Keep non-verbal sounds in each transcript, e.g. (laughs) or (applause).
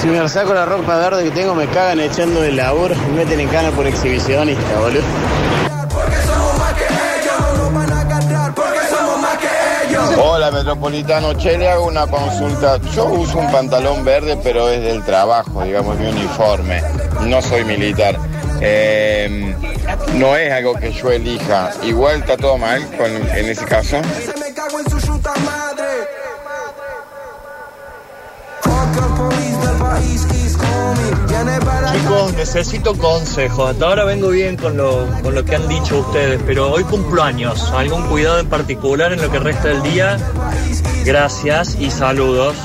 Si me saco la ropa verde que tengo, me cagan echando de laburo. Me meten en cana por exhibicionista, boludo. Hola Metropolitano, che, le hago una consulta. Yo uso un pantalón verde, pero es del trabajo, digamos, mi uniforme. No soy militar. Eh, no es algo que yo elija. Igual está todo mal con- en ese caso. Chicos, necesito consejos. Hasta ahora vengo bien con lo, con lo que han dicho ustedes, pero hoy cumplo años. ¿Algún cuidado en particular en lo que resta del día? Gracias y saludos.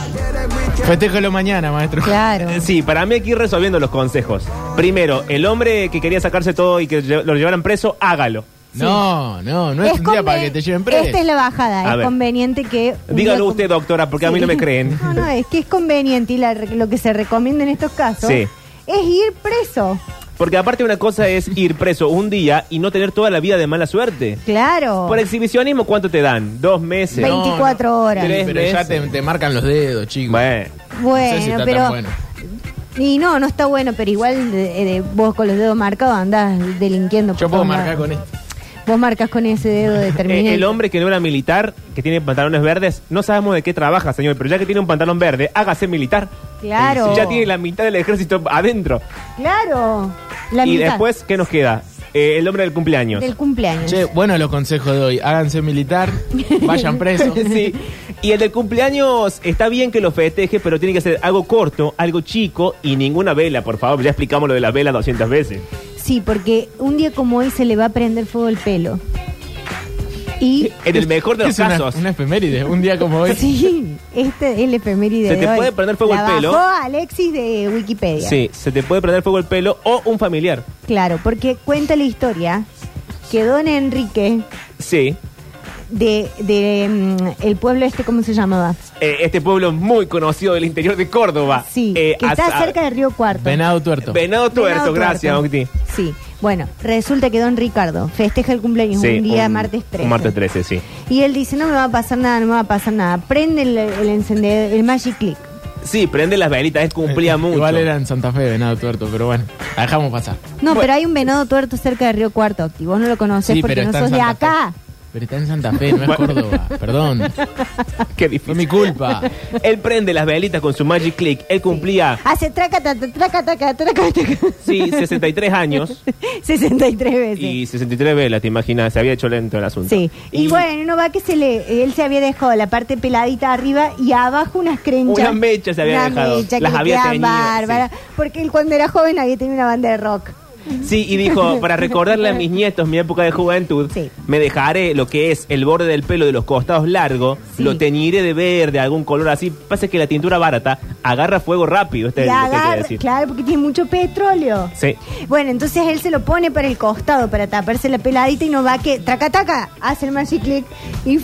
Festejalo mañana, maestro. Claro. Eh, Sí, para mí hay que ir resolviendo los consejos. Primero, el hombre que quería sacarse todo y que lle- lo llevaran preso, hágalo. No, no, no es, un día conven- para que te lleven preso. Esta es la bajada. A es ver. conveniente que. un día Dígalo con- usted, doctora, porque a mí Sí. no me creen. No, no, es que es conveniente y la- lo que se recomienda en estos casos Sí. es ir preso. Porque aparte una cosa es ir preso un día y no tener toda la vida de mala suerte. Claro. Por exhibicionismo, ¿cuánto te dan? ¿Dos meses? No, 24 horas. Tres Pero ya te, meses. te marcan los dedos, chicos. Bueno, eh, Bueno, no sé si está pero. tan bueno. Y no, no está bueno, pero igual eh, eh, vos con los dedos marcados andás delinquiendo. por Yo puedo todos marcar lados. con este. esto. Vos marcas con ese dedo determinado. eh, (laughs) el hombre que no era militar, que tiene pantalones verdes, no sabemos de qué trabaja, señor, pero ya que tiene un pantalón verde, hágase militar. Claro. Si ya tiene la mitad del ejército adentro. Claro. La y mitad después, ¿qué nos queda? Eh, el hombre del cumpleaños. Del cumpleaños. Che, bueno los consejos de hoy. Háganse militar, (laughs) vayan presos. (laughs) Sí. Y el del cumpleaños está bien que lo festeje, pero tiene que ser algo corto, algo chico y ninguna vela, por favor. Ya explicamos lo de las velas 200 veces. Sí, porque un día como hoy se le va a prender fuego el pelo. Y En el mejor de los es una, casos. una efeméride. Un día como hoy. sí, este es el efeméride Se de te hoy. puede prender fuego La el pelo. bajó Alexis de Wikipedia. Sí, se te puede prender fuego el pelo o un familiar. Claro, porque cuenta la historia que don Enrique Sí. de, de mm, el pueblo este, ¿cómo se llamaba? Eh, este pueblo muy conocido del interior de Córdoba. Sí, Eh, que está as- a- cerca de Río Cuarto. Venado tuerto. Venado Tuerto, Venado gracias, Tuerto. Octi. Sí, bueno, resulta que don Ricardo festeja el cumpleaños Sí, un día martes 13. Un martes 13, sí. Y él dice, no me va a pasar nada, no me va a pasar nada. Prende el, el encendedor, el Magic Click. Sí, prende las velitas, él cumplía mucho. (laughs) Eh, Igual era en Santa Fe, Venado tuerto, pero bueno. La dejamos pasar. No, pero hay un venado tuerto cerca de Río Cuarto, Octi. Vos no lo conocés Sí, porque pero no está sos en de Santa Fe. acá. Pero está en Santa Fe, no es Bueno. Córdoba. Perdón. (laughs) (laughs) Qué Fue difícil. mi culpa. (laughs) Él prende las velitas con su Magic Click. Él cumplía, Hace traca, taca, traca, taca, traca, taca. Ah. (laughs) sí, 63 años. 63 veces. Y 63 velas, te imaginas, se había hecho lento el asunto. Sí, y, bueno, no va que se le. Él se había dejado la parte peladita arriba y abajo unas crenchas. Unas mechas se había Una dejado. mecha que Las le había quedaban teñido, bárbaras, Porque él cuando era joven había tenido una banda de rock. Sí, y dijo, para recordarle a mis (laughs) nietos mi época de juventud, Sí. me dejaré lo que es el borde del pelo de los costados largo, Sí. lo teñiré de verde, algún color así. Pasa que la tintura barata agarra fuego rápido, este es y lo que quiere agarra- decir. claro, porque tiene mucho petróleo. Sí. Bueno, entonces él se lo pone para el costado para taparse la peladita y no va que traca taca, hace el magic click y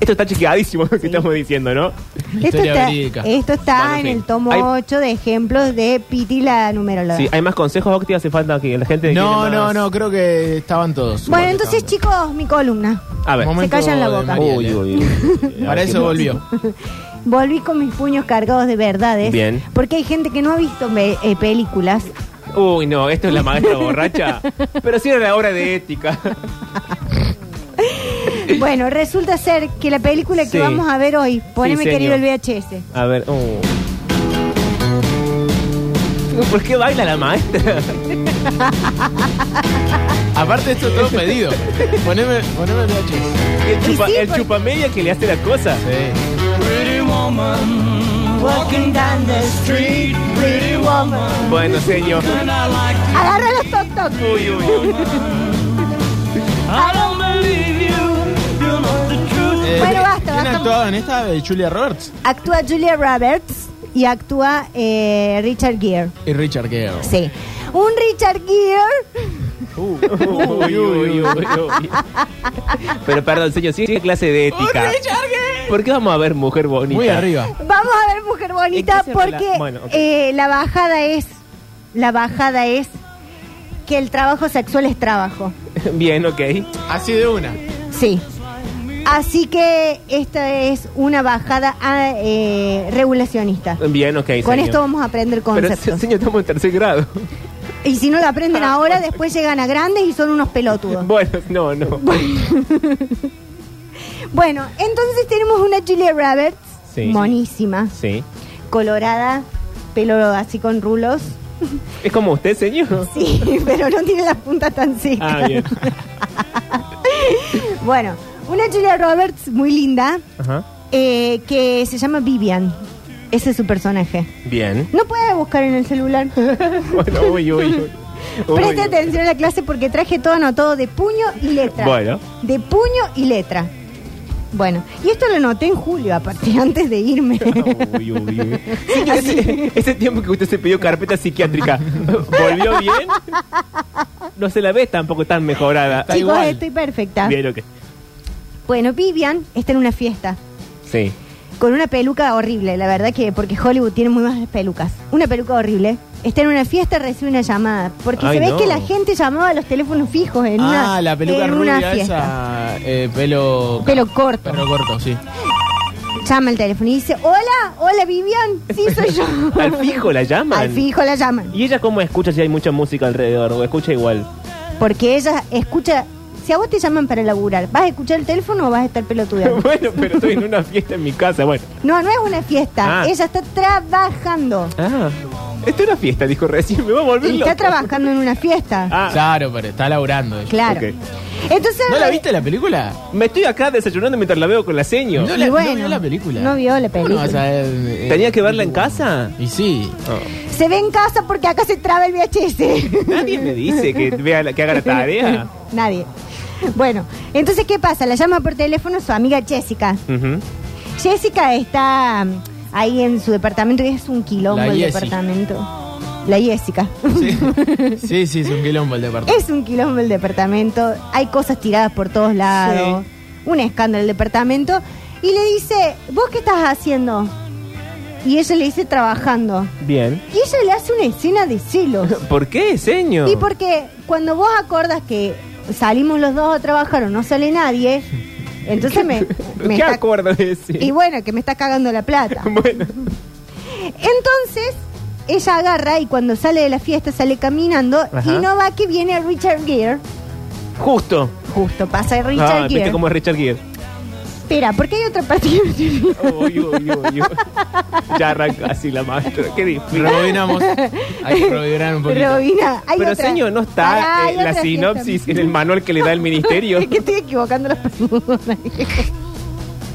Esto está chequeadísimo lo que estamos diciendo, ¿no? esto Historia está, verídica. esto está Bueno, en sí. el tomo Hay- 8 de ejemplos de Piti la numeróloga. Sí, hay más consejos, Octi, hace falta que la gente... No, tiene no, más- no, creo que estaban todos. bueno, entonces chicos, mi columna. A ver. Momento se callan la de boca. Mariel, Uy, eh. (laughs) uy, uy. Para eso volvió. Volví con mis puños cargados de verdades. Bien. Porque hay gente que no ha visto me- eh, (coughs) películas. Uy, no, esto es la (laughs) maestra borracha. Pero sí era la obra de ética. bueno, resulta ser que la película Sí. que vamos a ver hoy, poneme señor. querido el VHS. A ver. oh. ¿Por qué baila la maestra? Aparte, esto es todo pedido. Poneme, poneme el VHS. El, chupa, sí, el porque- chupamedia que le hace la cosa. Sí. Bueno, señor. Agarra los toc toc. Uy, uy. Eh, Bueno, basta, ¿Quién basta. ha actuado en esta? Eh, Julia Roberts Actúa Julia Roberts y actúa eh, Richard Gere. y Richard Gere. Sí. Un Richard Gere. Uy, uy, uy, uy. Pero perdón, señor, sí es clase de ética. ¿Por qué vamos a ver mujer bonita? Muy arriba. Vamos a ver Mujer ¿En Bonita qué se rela- porque Bueno, ok. eh, la bajada es. La bajada es que el trabajo sexual es trabajo. Bien, ok. Así de una. Sí. Así que esta es una bajada ah, eh, regulacionista. Bien, ok. Con Eh, señor. esto vamos a aprender Pero, conceptos. se- señor, estamos en tercer grado. Y si no lo aprenden Ah, ahora, después llegan a grandes y son unos pelotudos. Bueno, no, no. Bueno, entonces tenemos una Julia Roberts, Sí. monísima, Sí. colorada, pelo así con rulos. Es como usted, señor. Sí, (laughs) pero no tiene la punta tan seca. Ah, bien. Bueno, una Julia Roberts muy linda, Ajá. eh, que se llama Vivian. Ese es su personaje. Bien. No puede buscar en el celular. (laughs) Bueno, uy, uy, (laughs) uy. Uy. Preste atención a la clase porque traje todo anotado de puño y letra. Bueno. De puño y letra. Bueno, y esto lo anoté en julio, aparte, (laughs) antes de irme. (laughs) Uy, uy, uy. Señor, ese, ese tiempo que usted se pidió carpeta psiquiátrica, ¿volvió bien? No se la ve tampoco tan mejorada. Está Chicos, igual. estoy perfecta. Bien, ok. Bueno, Vivian está en una fiesta Sí. con una peluca horrible, la verdad que porque Hollywood tiene muy malas pelucas. Una peluca horrible. Está en una fiesta, recibe una llamada. Porque Ay, se ve no. que la gente llamaba a los teléfonos fijos en una Ah, la peluca en una rubia fiesta. esa. eh, pelo. Pelo corto. Pelo corto, sí. Llama el teléfono y dice, hola, hola Vivian, sí soy yo. (laughs) Al fijo la llaman. Al fijo la llaman. ¿Y ella cómo escucha si hay mucha música alrededor? ¿O escucha igual? Porque ella escucha, si a vos te llaman para laburar, ¿vas a escuchar el teléfono o vas a estar (laughs) pelotudeando? bueno, pero estoy en una fiesta en mi casa. Bueno. No, no es una fiesta, Ah. ella está trabajando. Ah. Esto es una fiesta, dijo recién. Me va a volver Está loco. trabajando en una fiesta. Ah, Claro, pero está laburando. ella. Claro. ok. Entonces, ¿No la viste la película? me estoy acá desayunando mientras la veo con la seño. No, Y la, no bueno, vio la película. no vio la película. Bueno, o sea, eh, eh, ¿Tenía que verla en casa? Y sí. se ve en casa porque acá se traba el VHS. (laughs) Nadie me dice que, vea la- que haga la tarea. Nadie. Bueno, entonces, ¿qué pasa? La llama por teléfono su amiga Jessica. Ujú. Jessica está mm, ahí en su departamento y es un quilombo La el Jessie. departamento. La Jessica. (laughs) Sí. sí, sí, es un quilombo el departamento. Es un quilombo el departamento, hay cosas tiradas por todos lados, un escándalo el departamento. Y le dice, ¿vos qué estás haciendo? Y ella le dice, trabajando. Bien. Y ella le hace una escena de celos. ¿Por qué, señor? Y porque cuando vos acordas que salimos los dos a trabajar o no sale nadie, entonces me, (laughs) me ¿Qué está- acuerdo de ese? Y bueno, que me está cagando la plata. Bueno. Entonces, ella agarra y cuando sale de la fiesta sale caminando Ajá. y no va que viene Richard Gere. Justo. Justo, pasa Richard Ah, Gere. viste cómo es Richard Gere. Espera, ¿por qué hay otra parte? Uy, uy, uy, uy. Ya arranca así la maestra. Qué difícil. Rebobinamos. Hay que rebobinar un poquito. Robina, hay Pero, otra. señor, no está Pará, hay eh, la otra fiesta. sinopsis en el manual que le da el ministerio. (laughs) Es que estoy equivocando las personas.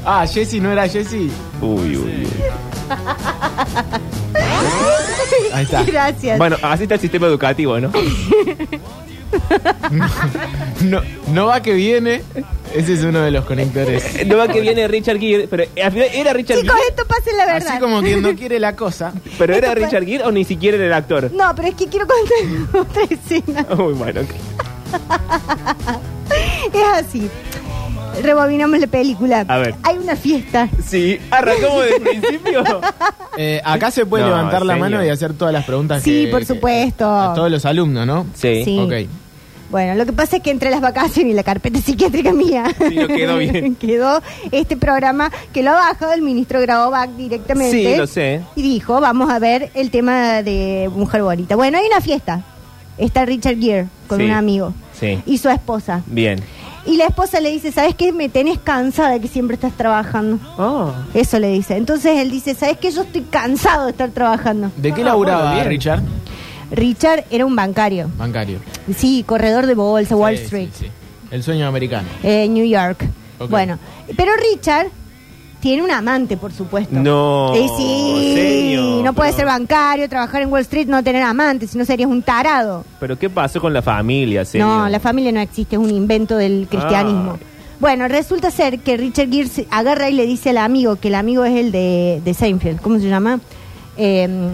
Ah, Jessy no era Jessy. Uy, uy, uy. Ahí (laughs) está. Gracias. Bueno, así está el sistema educativo, (laughs) ¿no? No, no va que viene. Ese es uno de los conectores. No va que viene Richard Gere, pero eh, al final era Richard Chicos, Gere. esto pasa en la verdad. Así como quien no quiere la cosa. Pero era esto fue- Richard Gere o ni siquiera era el actor. No, pero es que quiero contar (laughs) otra escena. Uy, bueno, ok. Es así. Rebobinamos la película. A ver. Hay una fiesta. Sí, arrancamos desde el principio. Eh, acá se puede No, levantar la señor. mano y hacer todas las preguntas Sí, que- por que- supuesto. A todos los alumnos, ¿no? Sí. Sí. Ok. Bueno, lo que pasa es que entre las vacaciones y la carpeta psiquiátrica mía. Sí, no quedó bien. (laughs) quedó este programa que lo ha bajado el ministro Grabovac directamente. Sí, lo sé. Y dijo, vamos a ver el tema de Mujer Bonita. Bueno, hay una fiesta. Está Richard Gere con Sí. un amigo. Sí. Y su esposa. Bien. Y la esposa le dice, ¿sabes qué? Me tenés cansada de que siempre estás trabajando. Oh. Eso le dice. Entonces él dice, ¿sabes qué? Yo estoy cansado de estar trabajando. ¿De qué Ah, laburaba bueno, bien. Richard? Richard era un bancario. Bancario. Sí, corredor de bolsa, Wall Sí, Street. sí, sí. El sueño americano. eh, New York. Ok. Bueno, pero Richard tiene un amante, por supuesto. No, Sí, sí. señor, no puede pero- ser bancario, trabajar en Wall Street, no tener amante, si no serías un tarado. Pero ¿qué pasó con la familia, señor? No, la familia no existe, es un invento del cristianismo. Ah. Bueno, resulta ser que Richard Gere se agarra y le dice al amigo, que el amigo es el de, de Seinfeld, ¿cómo se llama? Eh,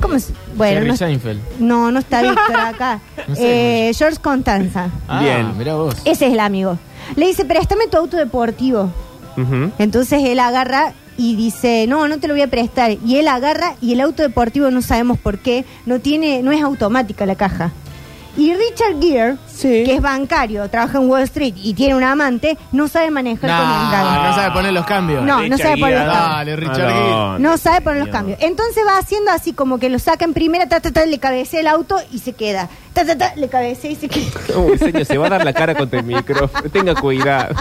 ¿Cómo se- Bueno, Jerry no, Seinfeld. no, no está Víctor acá. (laughs) No sé. Eh, George Constanza. Ah, Bien. Mira vos. Ese es el amigo. Le dice, préstame tu auto deportivo. Ujú. Entonces él agarra y dice, no, no te lo voy a prestar. Y él agarra y el auto deportivo no sabemos por qué, no tiene, no es automática la caja. Y Richard Gere, Sí. que es bancario, trabaja en Wall Street y tiene un amante, no sabe manejar con el Ah, No, entrada. no sabe poner los cambios. Ah, No, no sabe poner los Dale, cambios. Richard Ah, No sabe poner los No. cambios. Entonces va haciendo así como que lo saca en primera, ta, ta, ta, le cabecea el auto y se queda. Ta, ta, ta, le cabecea y se queda. Uy, señor, se va a dar la cara contra el (laughs) micro. Tenga cuidado.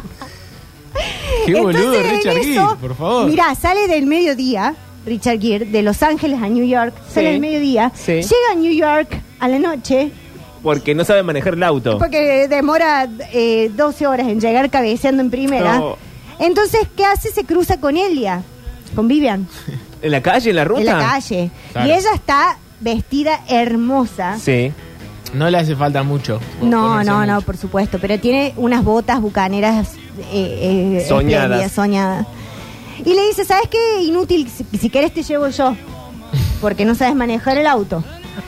Qué Entonces, boludo, en Richard Gere, eso, por favor. Mirá, sale del mediodía, Richard Gere, de Los Ángeles a New York, sale Sí. del mediodía, Sí. llega a New York a la noche, Porque no sabe manejar el auto. porque demora eh, 12 horas en llegar cabeceando en primera. No. Entonces, ¿qué hace? Se cruza con Elia, con Vivian, ¿En la calle? ¿En la ruta? en la calle. Claro. Y ella está vestida hermosa. Sí. No le hace falta mucho. No, Ponerse no, mucho. no, por supuesto. Pero tiene unas botas bucaneras eh, eh, Soñadas. espléndidas, soñadas. Y le dice, ¿sabes qué? Inútil, si, si querés te llevo yo. Porque no sabes manejar el auto.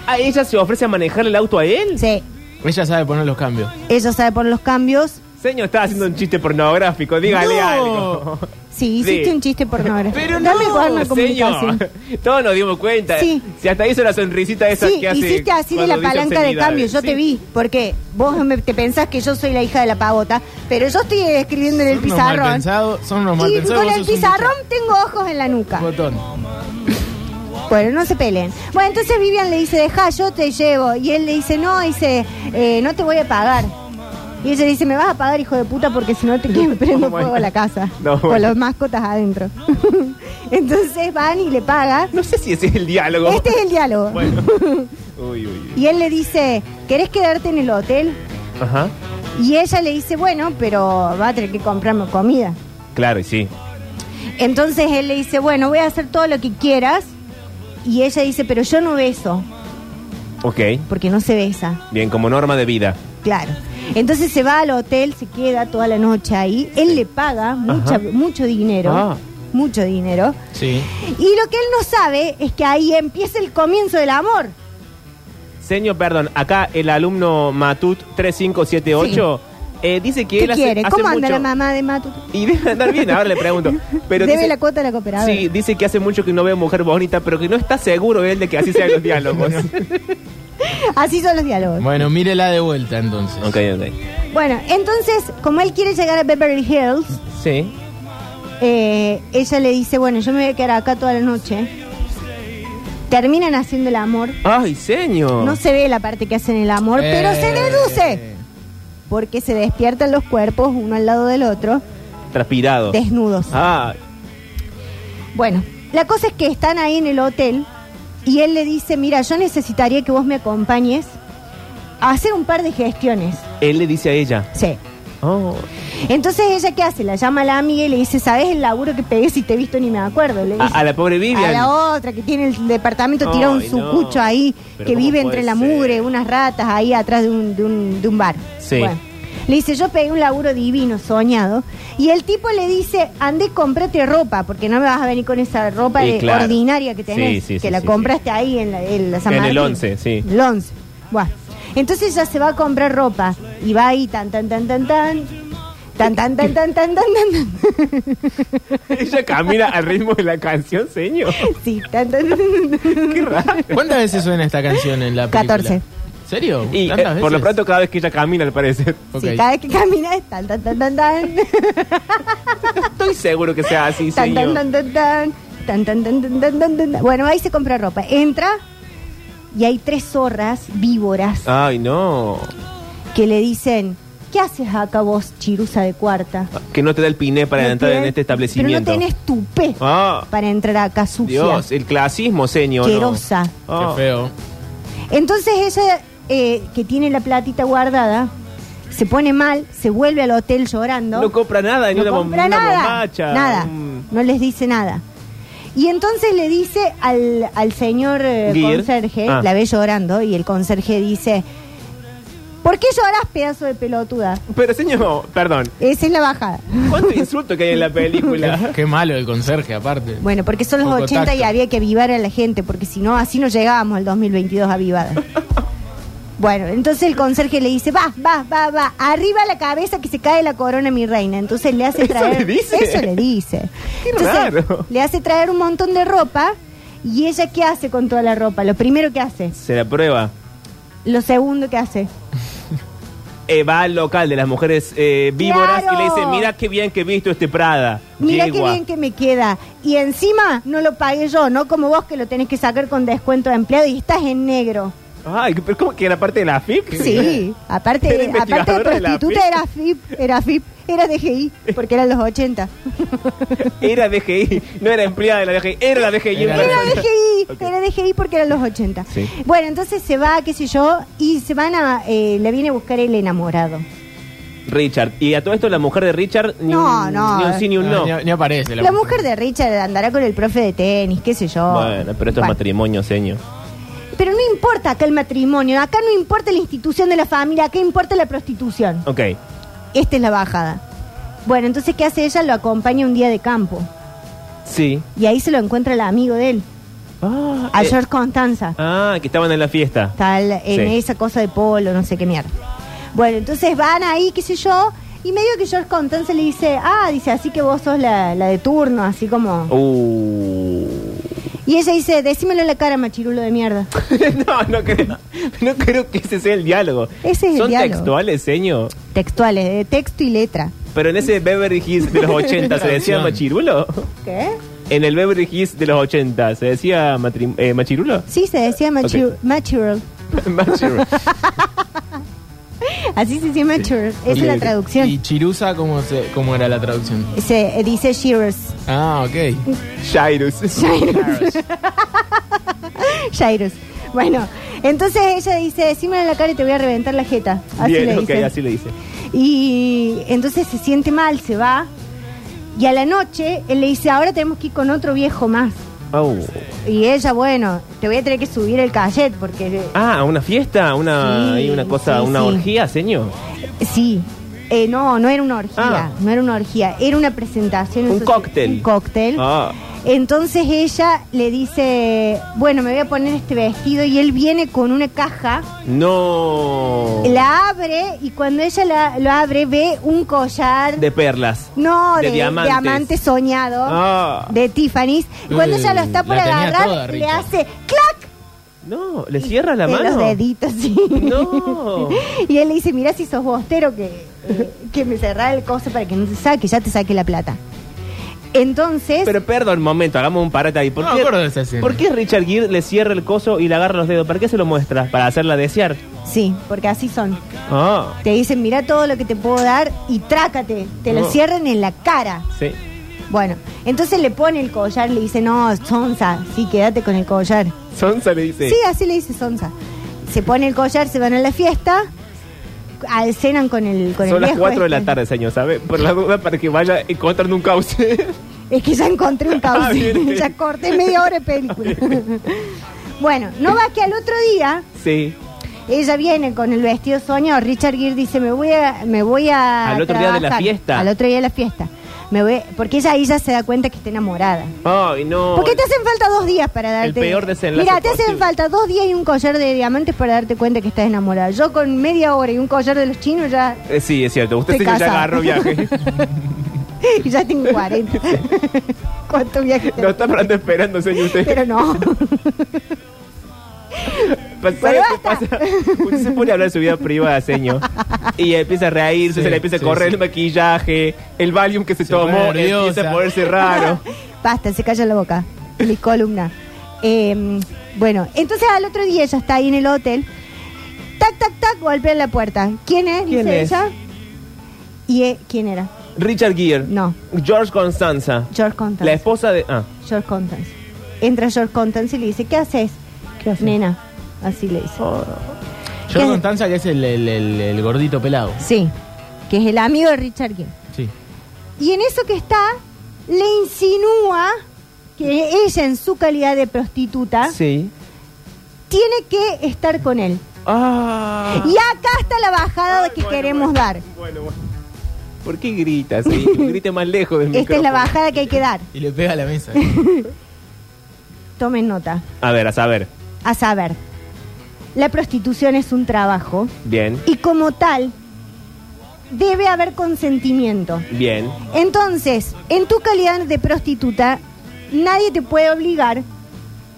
¿A Ah, ella se ofrece a manejar el auto a él? Sí, Ella sabe poner los cambios. ella sabe por los cambios. Señor, está haciendo un chiste pornográfico. Dígale No. algo. Sí, Sí. hiciste un chiste pornográfico. Pero Dame el cuaderno no, de señor. comunicación. Todos nos dimos cuenta. Sí. Si hasta hizo la sonrisita (laughs) esa Sí, que hace. hiciste así de cuando la dice palanca de obscenidades. cambio, yo te Sí. vi, porque vos me- te pensás que yo soy la hija de la pavota, pero yo estoy escribiendo en el Son unos mal pizarrón. pensados, son unos mal Y pensados. con vos el sos un pizarrón tengo ojos en la nuca. Botón. Bueno, no se peleen. Bueno, entonces Vivian le dice, deja, yo te llevo. Y él le dice, no, dice, "eh, no te voy a pagar. Y ella le dice, me vas a pagar, hijo de puta, porque (laughs) si no te que- prendo Bueno. fuego a la casa. No, con bueno. los mascotas adentro. (laughs) entonces van y le pagan. No sé si ese es el diálogo. Este es el diálogo. (laughs) Bueno. Uy, uy, uy. Y él le dice, ¿querés quedarte en el hotel? Ajá. Y ella le dice, bueno, pero va a tener que comprarme comida. Claro, y sí. Entonces él le dice, bueno, voy a hacer todo lo que quieras. Y ella dice, pero yo no beso, Ok. porque no se besa. Bien, como norma de vida. Claro. Entonces se va al hotel, se queda toda la noche ahí. Él le paga mucha- Ajá. mucho dinero. Ah. Mucho dinero. Sí. Y lo que él no sabe es que ahí empieza el comienzo del amor. Señor, perdón, acá el alumno Matut 3578 eh, dice que ¿Qué él hace, quiere? hace ¿Cómo mucho... anda la mamá de Matu? Y debe andar bien, ahora le (laughs) pregunto. Pero Debe dice- la cuota a la cooperadora. Sí, dice que hace mucho que no ve mujer bonita, pero que no está seguro él de que así sean los diálogos. Así son los diálogos. Bueno, mírela de vuelta entonces. ok, ok. Bueno, entonces, como él quiere llegar a Beverly Hills, Sí. eh, ella le dice, bueno, yo me voy a quedar acá toda la noche. Terminan haciendo el amor. Ay, señor. No se ve la parte que hacen el amor, pero se Eh. deduce. Porque se despiertan los cuerpos uno al lado del otro, Transpirado. desnudos. Ah, Bueno, la cosa es que están ahí en el hotel y él le dice, mira, yo necesitaría que vos me acompañes a hacer un par de gestiones. él le dice a ella. Sí. Oh, Entonces ella qué hace? La llama a la amiga y le dice, ¿sabes el laburo que pegué si te he visto ni me acuerdo? Le a, dice. a la pobre Vivian. A la otra que tiene el departamento Ay, tirado un no. sucucho ahí, Pero que ¿cómo vive puede entre la ser? mugre, unas ratas ahí atrás de un, de un, de un bar. Sí. Le dice, yo pegué un laburo divino, soñado. Y el tipo le dice, andé, cómprate ropa, porque no me vas a venir con esa ropa Sí, de- claro. ordinaria que tenés, Sí, sí, que sí, la sí, compraste ahí en, la, en la San En el Martín". 11, sí. El 11. Buah. Entonces ya se va a comprar ropa y va ahí tan, tan, tan, tan, tan. Tan, tan, tan, tan, tan, tan, tan. (laughs) ella camina al ritmo de la canción, señor. Sí, tan, tan, tan, tan, tan. Qué raro. Eh, ¿Cuántas veces suena esta canción en la película? 14. ¿Serio? Y eh, ¿Tantas por lo veces? pronto cada vez que ella camina, al (laughs) parecer. Ok. Sí, cada vez que camina es tan, tan, tan, tan, tan, Estoy seguro que sea así, tan, señor. tan, tan, tan, tan, tan, tan, tan, tan, tan, tan, tan, tan. Bueno, ahí se compra ropa. Entra y hay tres zorras víboras Ay, no. que le dicen, ¿qué haces acá vos, chirusa de cuarta? Que no te da el piné para No entrar en tenés- este establecimiento. Pero no tenés tupé Ah, para entrar acá sucia, Dios, el clasismo, señor. no. querosa. Ah. Qué feo. Entonces ella, eh, que tiene la platita guardada, se pone mal, se vuelve al hotel llorando. No, compra nada, ni no una, bom- compra una nada. bombacha. Nada. un- No les dice nada. Y entonces le dice al, al señor eh, Gear. conserje, Ah. la ve llorando, y el conserje dice: ¿Por qué lloras, pedazo de pelotuda? Pero señor, perdón, Esa es la bajada. ¿cuánto insulto que hay en la (laughs) película? Qué malo el conserje, aparte. Bueno, porque son los Poco 80 y tacto. había que avivar a la gente, porque si no, así no llegábamos al 2022 (laughs) avivada. Bueno, entonces el conserje le dice, va, va, va, va, arriba la cabeza que se cae la corona, mi reina. Entonces le (laughs) hace ¿Eso traer... le dice? Eso le dice. (laughs) Qué Entonces, raro. Le hace traer un montón de ropa y ella qué hace con toda la ropa. Lo primero que hace, Se la prueba. Lo segundo que hace. Eh, va al local de las mujeres eh, víboras ¡Claro! y le dice, mira qué bien que he visto este Prada. Mira qué yegua". bien que me queda. Y encima no lo pagué yo, no como vos que lo tenés que sacar con descuento de empleado y estás en negro. Ay, pero ¿cómo que era parte de la FIP? Sí, Era aparte, aparte de investigadora de la prostituta era FIP, era FIP, era DGI, porque eran los 80. (laughs) Era DGI, no era empleada de la DGI, era la DGI. en Era Era persona. DGI, Ok. era DGI porque eran los 80. Sí. Bueno, entonces se va, qué sé yo, y se van a, eh, le viene a buscar el enamorado. Richard. Y a todo esto la mujer de Richard, ni No, un, no. ni un sí ni un no. Ah, Ni, ni aparece. La mujer de Richard andará con el profe de tenis, qué sé yo. Bueno, pero esto es Bueno. matrimonio, señor. Pero no importa acá el matrimonio, acá no importa la institución de la familia, acá importa la prostitución. Ok. Esta es la bajada. Bueno, entonces, ¿qué hace ella? Lo acompaña un día de campo. Sí. Y ahí se lo encuentra el amigo de él, Ah, a eh, George Constanza. ah, que estaban en la fiesta. Tal, en Sí. esa cosa de polo, no sé qué mierda. Bueno, entonces van ahí, qué sé yo, y medio que George Constanza le dice, ah, dice, así que vos sos la, la de turno, así como... Oh. Uh. (laughs) Y ella dice, decímelo en la cara, machirulo de mierda. no, no creo, no creo que ese sea el diálogo. Ese es el Son diálogo. textuales, señor. Textuales, de texto y letra. Pero en ese Beverly Hills (laughs) de los 80 se decía Traducción. machirulo. ¿Qué? En el Beverly Hills de los 80 se decía matrim- eh, (laughs) machirulo. Sí, se decía machi- Ok. machirulo. Machirulo. Así se decía machirulo. Esa es Ok, la ok. traducción. ¿Y Chirusa cómo, se, cómo era la traducción? Se eh, dice shearers. Ah, ok. (laughs) Shirus. Jairus. Bueno, entonces ella dice, decímelo en la cara y te voy a reventar la jeta. Así Bien, le ok, dice. así le dice. Y entonces se siente mal, se va. Y a la noche él le dice, ahora tenemos que ir con otro viejo más. Au. Y ella, bueno, te voy a tener que subir el cachet porque Ah, una fiesta, una, Sí, hay una cosa, sí, una sí. orgía, señor. sí. Eh, no, no era una orgía, Ah. no era una orgía, era una presentación. Un eso sí, cóctel. Un cóctel. Ah. Entonces ella le dice, bueno, me voy a poner este vestido y él viene con una caja, No. la abre y cuando ella la, lo abre ve un collar De perlas. No, De de, diamantes. diamante soñado Ah. de Tiffany's. Y Cuando Eh, ella lo está por la tenía agarrar, toda, le Richard. hace clac No, le cierra la de mano. los deditos. sí. No. (laughs) Y él le dice, mira si sos bostero que, eh, que me cerrá el coso para que no te saque, ya te saque la plata. Entonces, Pero perdón, un momento, hagamos un parate ahí. ¿Por, No me qué, acuerdo de esa escena. ¿Por qué Richard Gere le cierra el coso y le agarra los dedos? ¿Para qué se lo muestra? Para hacerla desear. sí, porque así son. Ah, Te dicen, mira todo lo que te puedo dar y trácate. Te lo No. cierran en la cara. sí. Bueno, entonces le pone el collar, le dice, no, sonza, sí, quédate con el collar. Sonsa le dice. Sí, así le dice Sonsa. Se pone el collar, se van a la fiesta, al cenan con el con el Son las viejo 4 de la este. tarde, señor, ¿sabe? Por la duda, para que vaya encontrando un (laughs) cauce. Es que ya encontré (laughs) un Ah, cauce, bien, bien. (laughs) ya corté media hora de película. (laughs) bueno, no va que al otro día sí. ella viene con el vestido soñado, Richard Gere dice, "Me voy a me voy a Al otro día de la trabajar". fiesta. Al otro día de la fiesta. Me voy, porque ella ahí ya se da cuenta que está enamorada. Ay, no. Porque te hacen falta dos días para darte. El peor desenlace Mira, te hacen posible. falta dos días y un collar de diamantes para darte cuenta que estás enamorada. Yo con media hora y un collar de los chinos ya, (laughs) Eh, sí, es cierto. Usted Te señor, ya casa. agarró (laughs) viaje. ya tengo (laughs) 40. ¿Cuánto viaje no está hablando esperando, señor, usted. (laughs) Pero no. ¿Sabe Pero qué basta. pasa? Usted se pone a hablar de su vida privada, señor. Y empieza a reírse, Sí, se le empieza a sí, correr sí. el maquillaje, el Valium que se, Se pone tomó, empieza nerviosa. a ponerse (laughs) raro. Basta, se calla la boca. Mi columna. Eh, bueno, entonces al otro día ella está ahí en el hotel. Tac, tac, tac, golpea la puerta. ¿Quién es? ¿Quién Dice es? ella. ¿Y eh, quién era? Richard Gere. No. George Constanza. George La Constance. esposa de. Ah. George Constance. Entra George Constance y le dice, ¿qué haces? ¿Qué Oh. hace? Nena. Así le dice. Yo ¿Qué? Constanza, que es el, el- el- el gordito pelado. Sí, que es el amigo de Richard Gere. Sí. Y en eso que está, le insinúa que ella, en su calidad de prostituta, Sí. tiene que estar con él. Ah. Y acá está la bajada que queremos dar. Bueno, bueno. ¿Por qué grita (laughs) así? Grite más lejos del Esta es la micrófono. bajada que hay que dar. Y le pega a (laughs) la mesa. Tomen nota. A ver, a saber. A saber, la prostitución es un trabajo Bien, y como tal debe haber consentimiento. bien. Entonces, en tu calidad de prostituta, nadie te puede obligar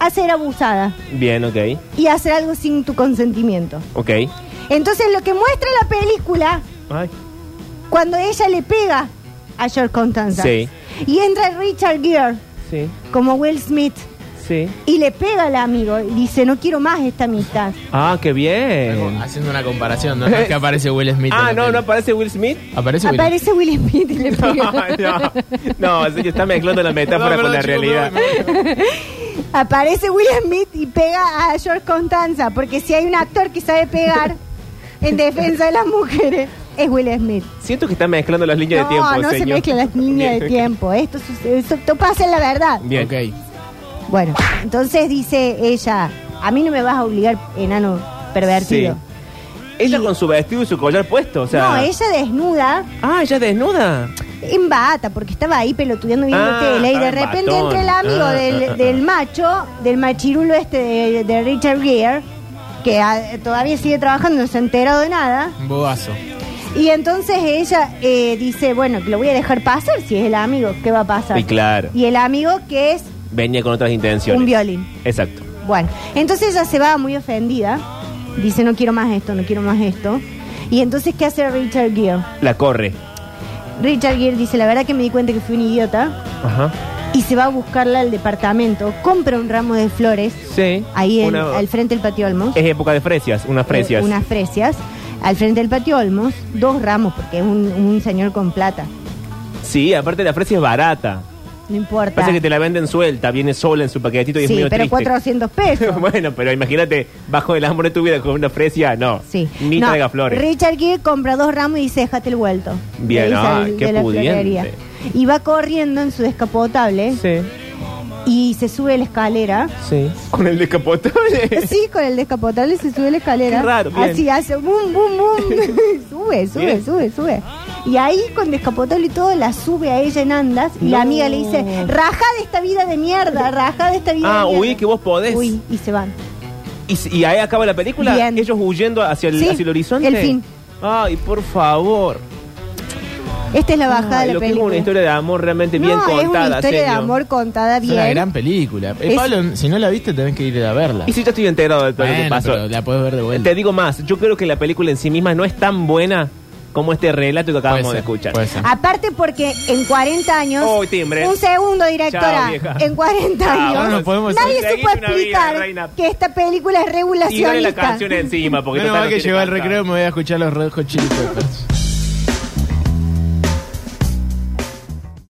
a ser abusada Bien, ok. y a hacer algo sin tu consentimiento. Ok. Entonces lo que muestra la película, Ay. cuando ella le pega a George Constanza Sí. y entra Richard Gere Sí, como Will Smith sí. y le pega al amigo y dice no quiero más esta amistad. Ah, qué bien. Haciendo una comparación, ¿no? No es que aparece Will Smith. Ah, en no, la no peli. aparece Will (laughs) Smith. Aparece Will Smith. Aparece Will Smith (laughs) y le No, pega. no, no, así que está mezclando la metáfora No, con la perdón, chicos, realidad. me voy, (laughs) me voy. Aparece Will Smith y pega a George Constanza, porque si hay un actor que (laughs) sabe pegar en defensa de las mujeres, es Will Smith. Siento que está mezclando las líneas no, de tiempo, no se señor. mezclan las líneas de Bien. tiempo. Esto, suce- esto, esto pasa en la verdad. Bien. Ok. Bueno, entonces dice ella, a mí no me vas a obligar, enano pervertido. Sí. Ella Y- con su vestido y su collar puesto, o sea. no, ella desnuda, Ah, ella desnuda. en bata, porque estaba ahí pelotudeando viendo Ah, tele y de estaba en repente batón. entra el amigo Ah, del, ah, ah, del ah. macho, del machirulo este de, de Richard Gere, que ah, todavía sigue trabajando, no se ha enterado de nada. Un bobazo. Y entonces ella eh, dice, bueno, lo voy a dejar pasar si es el amigo, ¿qué va a pasar? Y claro. Y el amigo que es Venía con otras intenciones. un violín. Exacto. Bueno, entonces ella se va muy ofendida, dice, no quiero más esto, no quiero más esto. Y entonces, ¿qué hace Richard Gere? La corre. Richard Gere dice, la verdad que me di cuenta que fui un idiota. Ajá. Y se va a buscarla al departamento, compra un ramo de flores, Sí. ahí en- Una- al frente del patio Olmos. Es época de fresias, unas fresias. Eh, unas fresias. Al frente del patio Olmos, dos ramos, porque es un, un señor con plata. Sí, aparte la fresia es barata. No importa. Pasa que te la venden suelta, viene sola en su paquetito y es Ah. sí, medio pero triste. 400 (laughs) pesos. bueno, pero imagínate, bajo el amor de tu vida con una fresia, no. Sí. Ni No, traiga flores. Richard Gere compra dos ramos y dice, déjate el vuelto. Bien, Le dice ah, al qué de la pudiente. florería. Y va corriendo en su descapotable Sí, y se sube la escalera. sí. Con el (laughs) descapotable. Pues Sí, con el descapotable se sube la escalera. Qué raro, bien. Así hace boom, (laughs) boom, boom. sube, sube, Bien. sube, sube. Y ahí con descapotable y todo la sube a ella en andas y la No. amiga le dice, rajá de esta vida de mierda, rajá de esta vida Ah, de mierda. huí, que vos podés. Huí, y se van. Y, si- y ahí acaba la película, Bien. ellos huyendo hacia el, Sí, hacia el horizonte. el fin. Ay, por favor. Esta es la bajada Ay, de la lo que es película. una historia de amor realmente bien no, contada. es una historia de señor. amor contada Es bien. una gran película. Eh, Es- Pablo, si no la viste, tenés que ir a verla. Y si yo estoy enterado de todo lo que Bueno, pasó. pero la puedes ver de vuelta. Te digo más, yo creo que la película en sí misma no es tan buena como este relato que acabamos Puede de ser, escuchar. puede ser. Aparte porque en 40 años... Oh, timbre. Un segundo, directora. Chao, vieja. en 40 Chao, años... no nos podemos- nadie Seguís supo una vida, explicar reina. que esta película es Y dale la regulacionista. canción encima, porque Bueno, total va que tiene llegó al tanta- recreo, me voy a escuchar los Red Hot Chili Peppers.